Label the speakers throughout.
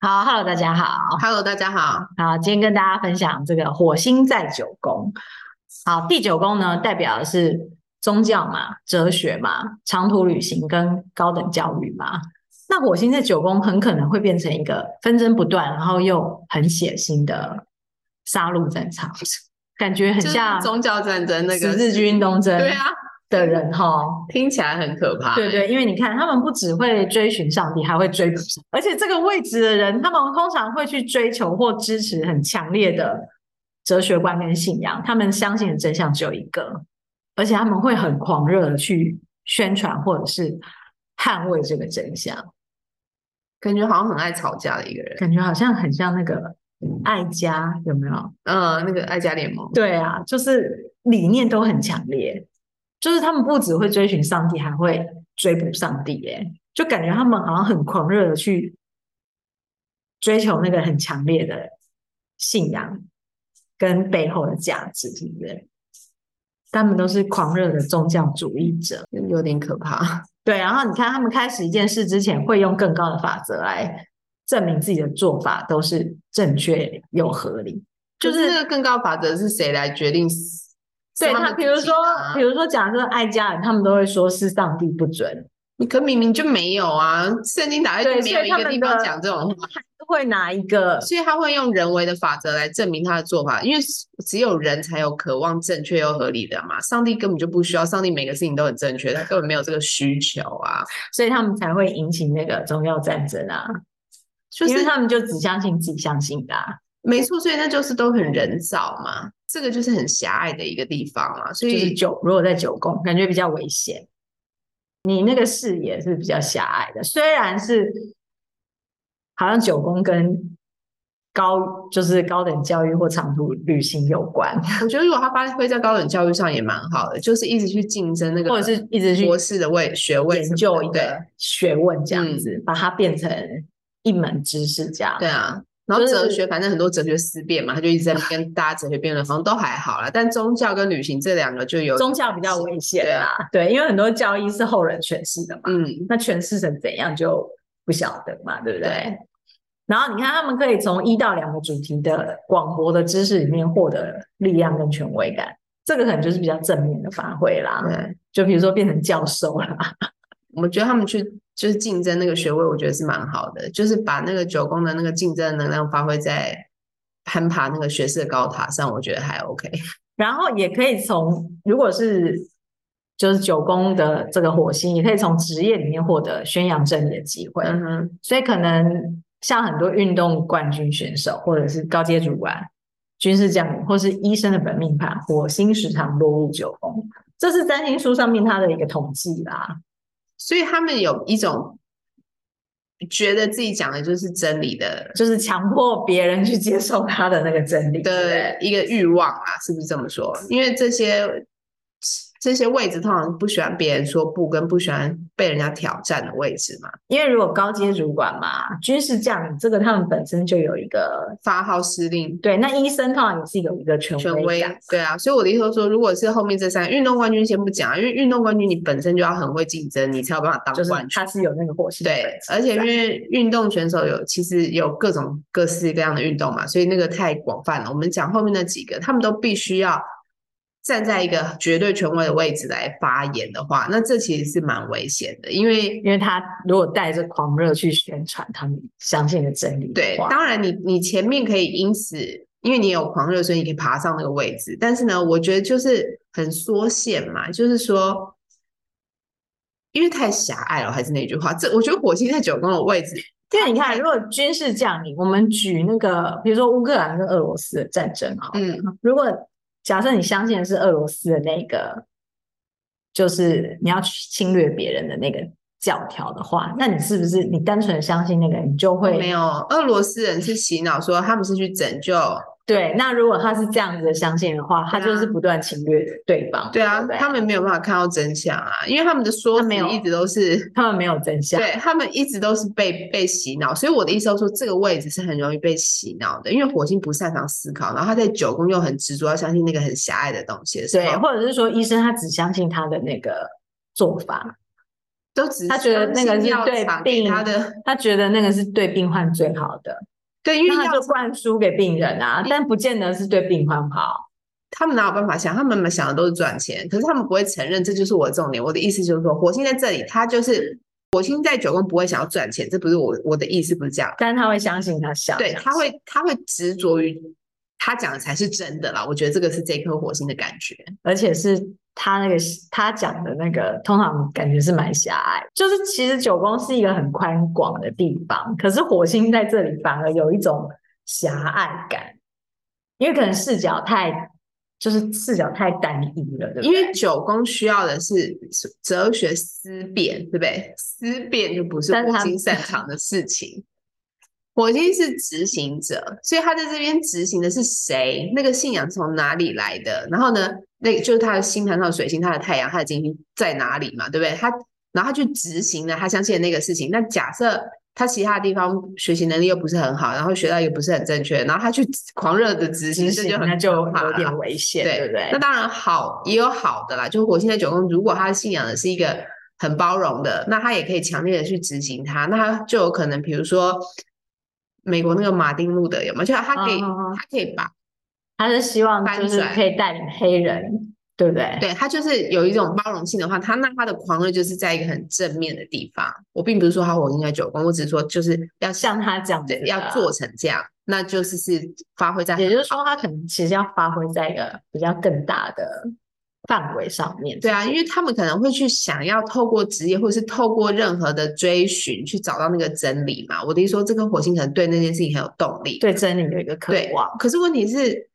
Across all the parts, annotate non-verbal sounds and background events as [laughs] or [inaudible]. Speaker 1: 好，Hello，大家好，
Speaker 2: Hello，大家好。
Speaker 1: 好，今天跟大家分享这个火星在九宫。好，第九宫呢，代表的是宗教嘛、哲学嘛、长途旅行跟高等教育嘛。那火星在九宫很可能会变成一个纷争不断，然后又很血腥的杀戮战场，感觉很
Speaker 2: 就是
Speaker 1: 像
Speaker 2: 宗教战争那个
Speaker 1: 十字军东征
Speaker 2: 对啊，
Speaker 1: 的人哈。
Speaker 2: 听起来很可怕。欸
Speaker 1: 对对，因为你看，他们不只会追寻上帝，还会追捕上帝，而且这个位置的人，他们通常会去追求或支持很强烈的哲学观跟信仰，他们相信的真相只有一个，而且他们会很狂热的去宣传或者是捍卫这个真相，
Speaker 2: 感觉好像很爱吵架的一个人。
Speaker 1: 感觉好像很像那个爱家，有没有？
Speaker 2: 嗯，那个爱家联盟。
Speaker 1: 对啊，就是理念都很强烈，就是他们不只会追寻上帝，还会追捕上帝，耶，就感觉他们好像很狂热的去追求那个很强烈的信仰跟背后的价值，是不是？他们都是狂热的宗教主义者。
Speaker 2: 有点可怕。
Speaker 1: 对，然后你看，他们开始一件事之前，会用更高的法则来证明自己的做法都是正确又合理。就
Speaker 2: 可
Speaker 1: 是
Speaker 2: 那个更高法则是谁来决定是？
Speaker 1: 对
Speaker 2: 是
Speaker 1: 他，
Speaker 2: 们
Speaker 1: 比如
Speaker 2: 自己
Speaker 1: 说，
Speaker 2: 吗
Speaker 1: 比如说，假设爱家人，他们都会说是上帝不准，
Speaker 2: 你可明明就没有啊，圣经打开就
Speaker 1: 对，
Speaker 2: 没
Speaker 1: 所
Speaker 2: 有
Speaker 1: 以
Speaker 2: 一
Speaker 1: 他
Speaker 2: 个
Speaker 1: 们
Speaker 2: 地
Speaker 1: 的
Speaker 2: 方讲这种话，
Speaker 1: 他还是会拿一个，
Speaker 2: 所以他会用人为的法则来证明他的做法，因为只有人才有渴望正确又合理的嘛。上帝根本就不需要，上帝每个事情都很正确，他根本没有这个需求啊。
Speaker 1: 所以他们才会引起那个宗教战争啊，
Speaker 2: 就
Speaker 1: 因
Speaker 2: 是
Speaker 1: 为他们就只相信自己相信的、啊，
Speaker 2: 没错，所以那就是都很人造嘛，这个就是很狭隘的一个地方嘛，所
Speaker 1: 就是
Speaker 2: 以
Speaker 1: 九，如果在九宫，感觉比较危险，你那个视野是比较狭隘的，虽然是好像九宫跟高就是高等教育或长途旅行有关，
Speaker 2: 我觉得如果他发挥在高等教育上也蛮好的，就是一直去竞争那个
Speaker 1: 或者是一直去
Speaker 2: 博士的位学位什
Speaker 1: 研
Speaker 2: 么
Speaker 1: 究
Speaker 2: 的
Speaker 1: 一
Speaker 2: 对嗯
Speaker 1: 个学问这样子，把它变成一门知识这样。
Speaker 2: 对啊。然后
Speaker 1: 就是
Speaker 2: 哲学，反正很多哲学思辨嘛，他就一直在跟大家哲学辩论，好像都还好啦。但宗教跟旅行这两个就有
Speaker 1: 宗教比较危险
Speaker 2: 对啊
Speaker 1: 啦，对，因为很多教义是后人诠释的嘛，
Speaker 2: 嗯，
Speaker 1: 那诠释成怎样就不晓得嘛，对不对？
Speaker 2: 对
Speaker 1: 然后你看，他们可以从一到两个主题的广博的知识里面获得力量跟权威感，这个可能就是比较正面的发挥啦。
Speaker 2: 对。
Speaker 1: 就比如说变成教授啦，
Speaker 2: 我觉得他们去就是竞争那个学位，我觉得是蛮好的，就是把那个九宫的那个竞争能量发挥在攀爬那个学士的高塔上，我觉得还 OK。
Speaker 1: 然后也可以从，如果是就是九宫的这个火星，也可以从职业里面获得宣扬正义的机会。
Speaker 2: 嗯哼。
Speaker 1: 所以可能像很多运动冠军选手，或者是高阶主管、军事将领，或是医生的本命盘，火星时常落入九宫，这是占星书上面它的一个统计啦。
Speaker 2: 所以他们有一种觉得自己讲的就是真理的
Speaker 1: 就是强迫别人去接受他的那个真理，对不
Speaker 2: 的
Speaker 1: 对？
Speaker 2: 一个欲望啊，是不是这么说？因为这些这些位置通常不喜欢别人说不，跟不喜欢被人家挑战的位置嘛。
Speaker 1: 因为如果高阶主管嘛，军事将领这个他们本身就有一个
Speaker 2: 发号施令。
Speaker 1: 对，那医生通常也是有一个权
Speaker 2: 权
Speaker 1: 威
Speaker 2: 威
Speaker 1: 感，
Speaker 2: 对啊，所以我的意思是说，如果是后面这三个运动冠军先不讲啊，因为运动冠军你本身就要很会竞争，你才有办法当
Speaker 1: 就是
Speaker 2: 冠军。
Speaker 1: 他是有那个火星的本
Speaker 2: 对，
Speaker 1: 质
Speaker 2: 而且因
Speaker 1: 在
Speaker 2: 为运动选手有其实有各种各式各样的运动嘛，所以那个太广泛了。我们讲后面那几个，他们都必须要站在一个绝对权威的位置来发言的话，那这其实是蛮危险的，因为。
Speaker 1: 因为他如果带着狂热去宣传他们相信的真理的
Speaker 2: 对，
Speaker 1: 话
Speaker 2: 当然你你前面可以因此，因为你有狂热，所以你可以爬上那个位置。但是呢，我觉得就是很缩限嘛，就是说，因为太狭隘了，还是那句话，这我觉得火星在九宫的位置，
Speaker 1: 因为你看，如果军事将领，我们举那个，比如说乌克兰跟俄罗斯的战争哈，
Speaker 2: 嗯，
Speaker 1: 如果假设你相信的是俄罗斯的那个，就是你要去侵略别人的那个教条的话，那你是不是你单纯地相信那个，你就
Speaker 2: 哦没
Speaker 1: 会
Speaker 2: 有，俄罗斯人是洗脑说他们是去拯救，
Speaker 1: 对？那如果他是这样子的相信的话，他
Speaker 2: 对啊
Speaker 1: 就是不断侵略对方，
Speaker 2: 对啊
Speaker 1: 不，
Speaker 2: 他们没有办法看到真相啊，因为他们的说
Speaker 1: 他
Speaker 2: 辞
Speaker 1: 没有
Speaker 2: 一直都是，
Speaker 1: 他们没有真相，
Speaker 2: 对他们一直都是被被洗脑，所以我的意思是说，这个位置是很容易被洗脑的，因为火星不擅长思考，然后他在九宫又很执着要相信那个很狭隘的东西的时
Speaker 1: 对，
Speaker 2: 候，
Speaker 1: 或者是说医生他只相信他的那个做法，
Speaker 2: 都只
Speaker 1: 他觉得那个是对病
Speaker 2: 他的，
Speaker 1: 他觉得那个是对病患最好的，
Speaker 2: 对，因
Speaker 1: 因为
Speaker 2: 为嗯
Speaker 1: 他
Speaker 2: 药
Speaker 1: 就灌输给病人啊，但不见得是对病患好。
Speaker 2: 他们哪有办法想？他们想的都是赚钱，可是他们不会承认这就是我的重点。我的意思就是说，火星在这里，他就是火星在九宫不会想要赚钱，这不是我我的意思，不是这样。
Speaker 1: 但他会相信他想，
Speaker 2: 对，他会他会执着于他讲的才是真的啦。我觉得这个是这颗火星的感觉。
Speaker 1: 而且是他那个他讲的那个，通常感觉是蛮狭隘。就是其实九宫是一个很宽广的地方，可是火星在这里反而有一种狭隘感，因为可能视角太就是视角太单一了，对不对？
Speaker 2: 因为九宫需要的是哲学思辨，对不对？思辨就不是
Speaker 1: 但是
Speaker 2: 火
Speaker 1: 他
Speaker 2: 星擅长的事情。火星是执行者，所以他在这边执行的是谁？那个信仰是从哪里来的？然后呢，那就是他的星盘上的水星、他的太阳、他的金星在哪里嘛，对不对？他然后他去执行了他相信的那个事情。那假设他其他地方学习能力又不是很好，然后学到一个不是很正确，然后他去狂热的执行，
Speaker 1: 执
Speaker 2: 这
Speaker 1: 行
Speaker 2: 就很
Speaker 1: 那就
Speaker 2: 可怕
Speaker 1: 有
Speaker 2: 了
Speaker 1: 点危险，
Speaker 2: 对
Speaker 1: 对不对
Speaker 2: 那？当然好，也有好的啦。就是火星在九宫，如果他信仰的是一个很包容的，那他也可以强烈的去执行它，那他就有可能，比如说美国那个马丁路德有没有？就他可以，
Speaker 1: 嗯嗯嗯
Speaker 2: 他可以把，
Speaker 1: 他是希望
Speaker 2: 翻
Speaker 1: 就是
Speaker 2: 转
Speaker 1: 可以带领黑人，对不对？
Speaker 2: 对他就是有一种包容性的话，他那他的狂热就是在一个很正面的地方。我并不是说他火星在九宫，我只是说就是要
Speaker 1: 像他这样子的
Speaker 2: 要做成这样，那就是是发挥在
Speaker 1: 也就是说，他可能其实要发挥在一个比较更大的范围上面。
Speaker 2: 对啊，因为他们可能会去想要透过职业，或者是透过任何的追寻去找到那个真理嘛。我的意思说，这颗火星可能对那件事情很有动力。
Speaker 1: 对真理有一个渴
Speaker 2: 对
Speaker 1: 望，
Speaker 2: 可是问题是，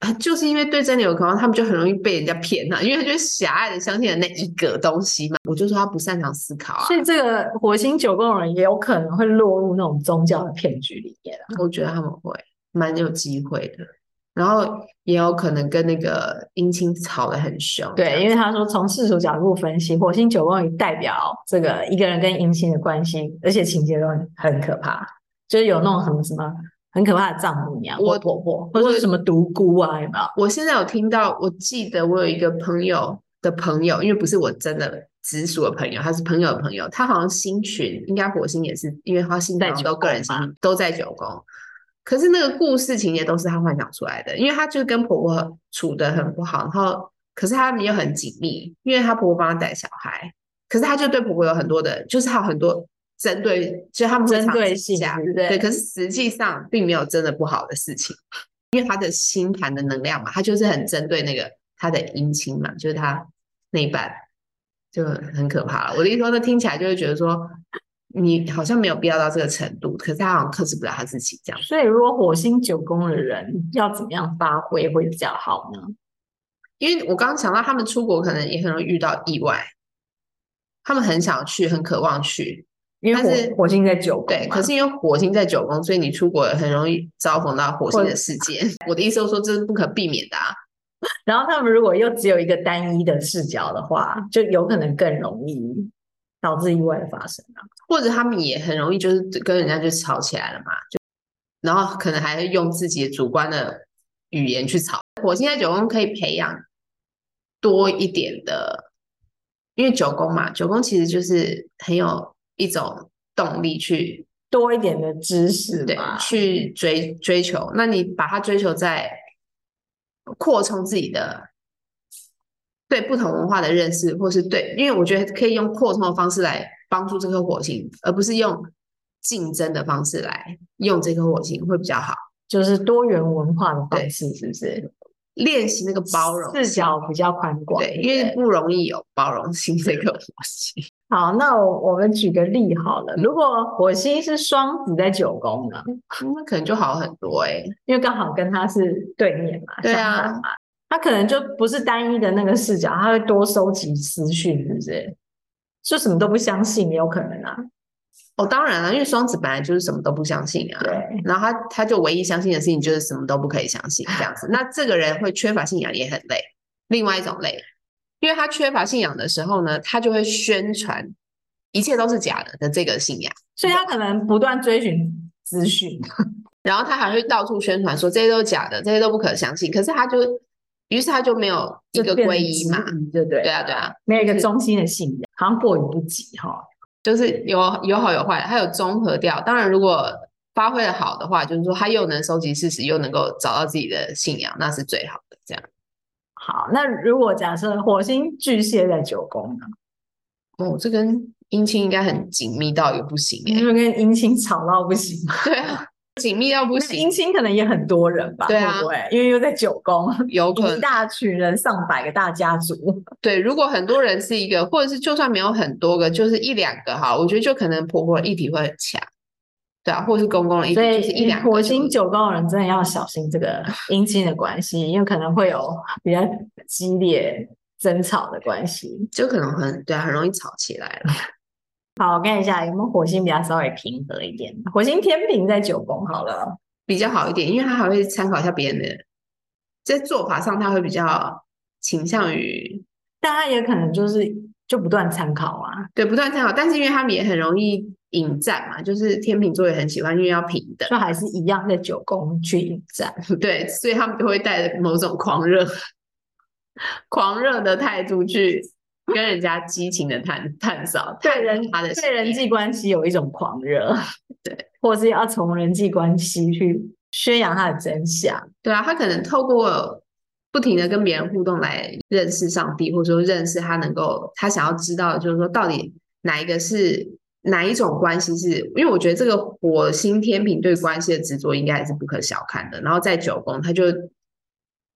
Speaker 2: 啊就是因为对真理有渴望，他们就很容易被人家骗了、因为他就狭隘的相信了那一个东西嘛。我就说他不擅长思考啊，
Speaker 1: 所以这个火星九宫人也有可能会落入那种宗教的骗局里面啊。
Speaker 2: 我觉得他们会蛮有机会的。然后也有可能跟那个姻亲吵得很凶，这样
Speaker 1: 对，因为他说从世俗角度分析，火星九宫也代表这个一个人跟姻亲的关系，而且情节都很很可怕，就是有那种什么什么很可怕的丈母娘
Speaker 2: 我
Speaker 1: 或婆婆，或者
Speaker 2: 我
Speaker 1: 是什么独孤啊，有没有？
Speaker 2: 我现在有听到，我记得我有一个朋友的朋友，因为不是我真的直属的朋友，他是朋友的朋友，他好像星群应该火星也是，因为他星
Speaker 1: 在
Speaker 2: 盘好像
Speaker 1: 九
Speaker 2: 都个人
Speaker 1: 宫
Speaker 2: 星
Speaker 1: 吧
Speaker 2: 群都在九宫，可是那个故事情节都是他幻想出来的，因为他就跟婆婆处的很不好，然后可是他们又很紧密，因为他婆婆帮他带小孩，可是他就对婆婆有很多的，就是他有很多针对，就是他们会
Speaker 1: 针
Speaker 2: 常
Speaker 1: 对
Speaker 2: 吵
Speaker 1: 性
Speaker 2: 架
Speaker 1: 对不对
Speaker 2: 对，可是实际上并没有真的不好的事情，因为他的星盘的能量嘛，他就是很针对那个他的姻亲嘛，就是他那一半就很可怕了。我的意思说，那听起来就会觉得说，你好像没有必要到这个程度，可是他好像克制不了他自己这样。
Speaker 1: 所以如果火星九宫的人要怎么样发挥会比较好呢？
Speaker 2: 因为我刚刚想到，他们出国可能也很容易遇到意外，他们很想去，很渴望去，
Speaker 1: 因为
Speaker 2: 但是
Speaker 1: 火火星在九宫
Speaker 2: 对，
Speaker 1: 嘛
Speaker 2: 可是因为火星在九宫，所以你出国很容易遭逢到火星的事件。我的意思是说，这是不可避免的啊。
Speaker 1: 然后他们如果又只有一个单一的视角的话，就有可能更容易导致意外的发生啊。
Speaker 2: 或者他们也很容易就是跟人家就吵起来了嘛，就然后可能还会用自己的主观的语言去吵。火星在九宫可以培养多一点的，因为九宫嘛，九宫其实就是很有一种动力去
Speaker 1: 多一点的知识
Speaker 2: 对
Speaker 1: 嘛，
Speaker 2: 去追追求。那你把它追求在扩充自己的对不同文化的认识，或是对，因为我觉得可以用扩充的方式来帮助这颗火星，而不是用竞争的方式来用这颗火星会比较好。
Speaker 1: 就是多元文化的
Speaker 2: 对
Speaker 1: 方式，哦是不是？
Speaker 2: 练习那个包容，
Speaker 1: 视角比较宽广。
Speaker 2: 对，
Speaker 1: 不
Speaker 2: 因为不容易有包容心这个火星。 [laughs]
Speaker 1: 好，那我我们举个例好了，如果火星是双子在九宫呢，
Speaker 2: 那可能就好很多哎、
Speaker 1: 因为刚好跟他是对面嘛，
Speaker 2: 对
Speaker 1: 相
Speaker 2: 啊
Speaker 1: 反，嘛，他可能就不是单一的那个视角，他会多收集资讯，是不是？就什么都不相信也有可能啊。
Speaker 2: 哦，当然了，因为双子本来就是什么都不相信啊，
Speaker 1: 对
Speaker 2: 然后他他就唯一相信的事情就是什么都不可以相信这样子。那这个人会缺乏信仰也很累，另外一种累，因为他缺乏信仰的时候呢，他就会宣传一切都是假的的这个信仰，
Speaker 1: 所以他可能不断追寻资讯，
Speaker 2: 然后他还会到处宣传说这些都是假的，这些都不可相信。可是他就于是他就没有一
Speaker 1: 就
Speaker 2: 个
Speaker 1: 变
Speaker 2: 皈
Speaker 1: 成
Speaker 2: 依嘛。
Speaker 1: 质疑对不对？
Speaker 2: 对啊，对啊，
Speaker 1: 没有一个
Speaker 2: 是
Speaker 1: 中心的信仰，好像过于不及哈、
Speaker 2: 就是有有好有坏，它有综合掉。当然，如果发挥的好的话，就是说他又能收集事实，又能够找到自己的信仰，那是最好的。这样，
Speaker 1: 好，那如果假设火星巨蟹在九宫呢？
Speaker 2: 哦，这跟姻亲应该很紧密到也不行
Speaker 1: 你
Speaker 2: 哎、
Speaker 1: 就跟姻亲吵到不行吗？
Speaker 2: [laughs] 对啊，紧密到不
Speaker 1: 那
Speaker 2: 行
Speaker 1: 姻，亲可能也很多人吧，
Speaker 2: 对
Speaker 1: 会
Speaker 2: 啊
Speaker 1: 不会？因为又在九宫， [laughs]
Speaker 2: 有可
Speaker 1: 一
Speaker 2: 能
Speaker 1: 大群人，上百个大家族，
Speaker 2: 对。如果很多人是一个，或者是就算没有很多个，就是一两个哈，我觉得就可能婆婆的议题会很强，对啊，或者是公公的议
Speaker 1: 所
Speaker 2: 题，就是一
Speaker 1: 以
Speaker 2: 两个
Speaker 1: 火
Speaker 2: 就
Speaker 1: 星九宫的人真的要小心这个姻亲的关系，因为可能会有比较激烈争吵的关系。
Speaker 2: 就可能很对啊，很容易吵起来了。
Speaker 1: 好，我看一下有没有火星比较稍微平和一点。火星天平在九宫好了，
Speaker 2: 比较好一点，因为他还会参考一下别人的，在做法上他会比较倾向于
Speaker 1: 但他也可能就是就不断参考啊，
Speaker 2: 对不断参考，但是因为他们也很容易引战嘛，就是天秤座也很喜欢，因为要平等， [laughs]
Speaker 1: 就还是一样在九宫去引战。
Speaker 2: 对，所以他们就会带着某种狂热、狂热的态度去跟人家激情的探探索，
Speaker 1: 对
Speaker 2: 探
Speaker 1: 人
Speaker 2: 讨他的
Speaker 1: 对人
Speaker 2: 信念
Speaker 1: 际关系有一种狂热，
Speaker 2: 对，
Speaker 1: [laughs] 或是要从人际关系去宣扬他的真相。
Speaker 2: 对啊，他可能透过不停的跟别人互动来认识上帝，或者说认识他能够他想要知道的，就是说到底哪一个是哪一种关系是？因为我觉得这个火星天平对关系的执着应该还是不可小看的。然后在九宫，他就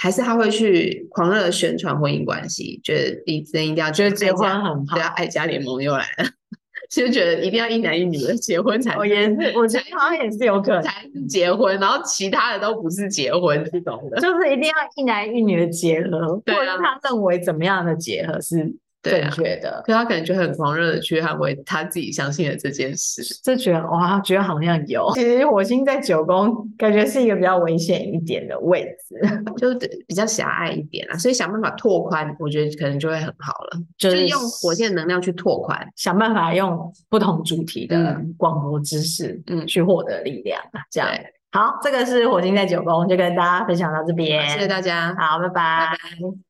Speaker 2: 还是他会去狂热的宣传婚姻关系，觉得一人一定要
Speaker 1: 觉得结
Speaker 2: 爱
Speaker 1: 婚
Speaker 2: 家
Speaker 1: 很好
Speaker 2: 对，啊，爱家联盟又来了，就觉得一定要一男一女的结婚才
Speaker 1: 我也是，我觉得好像也是有可
Speaker 2: [laughs]
Speaker 1: 能，
Speaker 2: 才是结婚，然后其他的都不是结婚这种的。
Speaker 1: 就是一定要一男一女的结合，
Speaker 2: 对啊
Speaker 1: 或者是他认为怎么样的结合是
Speaker 2: 对
Speaker 1: 正
Speaker 2: 啊，
Speaker 1: 确的，
Speaker 2: 可他可能就很狂热的去捍卫他自己相信的这件事。
Speaker 1: 就觉得哇，觉得好像有。其实火星在九宫，感觉是一个比较危险一点的位置，
Speaker 2: 就比较狭隘一点啊，所以想办法拓宽，我觉得可能就会很好了，
Speaker 1: 就
Speaker 2: 就是用火箭能量去拓宽。
Speaker 1: 想办法用不同主题的
Speaker 2: 嗯
Speaker 1: 广播知识，
Speaker 2: 嗯
Speaker 1: 去获得力量啊，这样。
Speaker 2: 对，
Speaker 1: 好，这个是火星在九宫，就跟大家分享到这边，
Speaker 2: 谢谢大家，
Speaker 1: 好，拜拜
Speaker 2: 拜拜。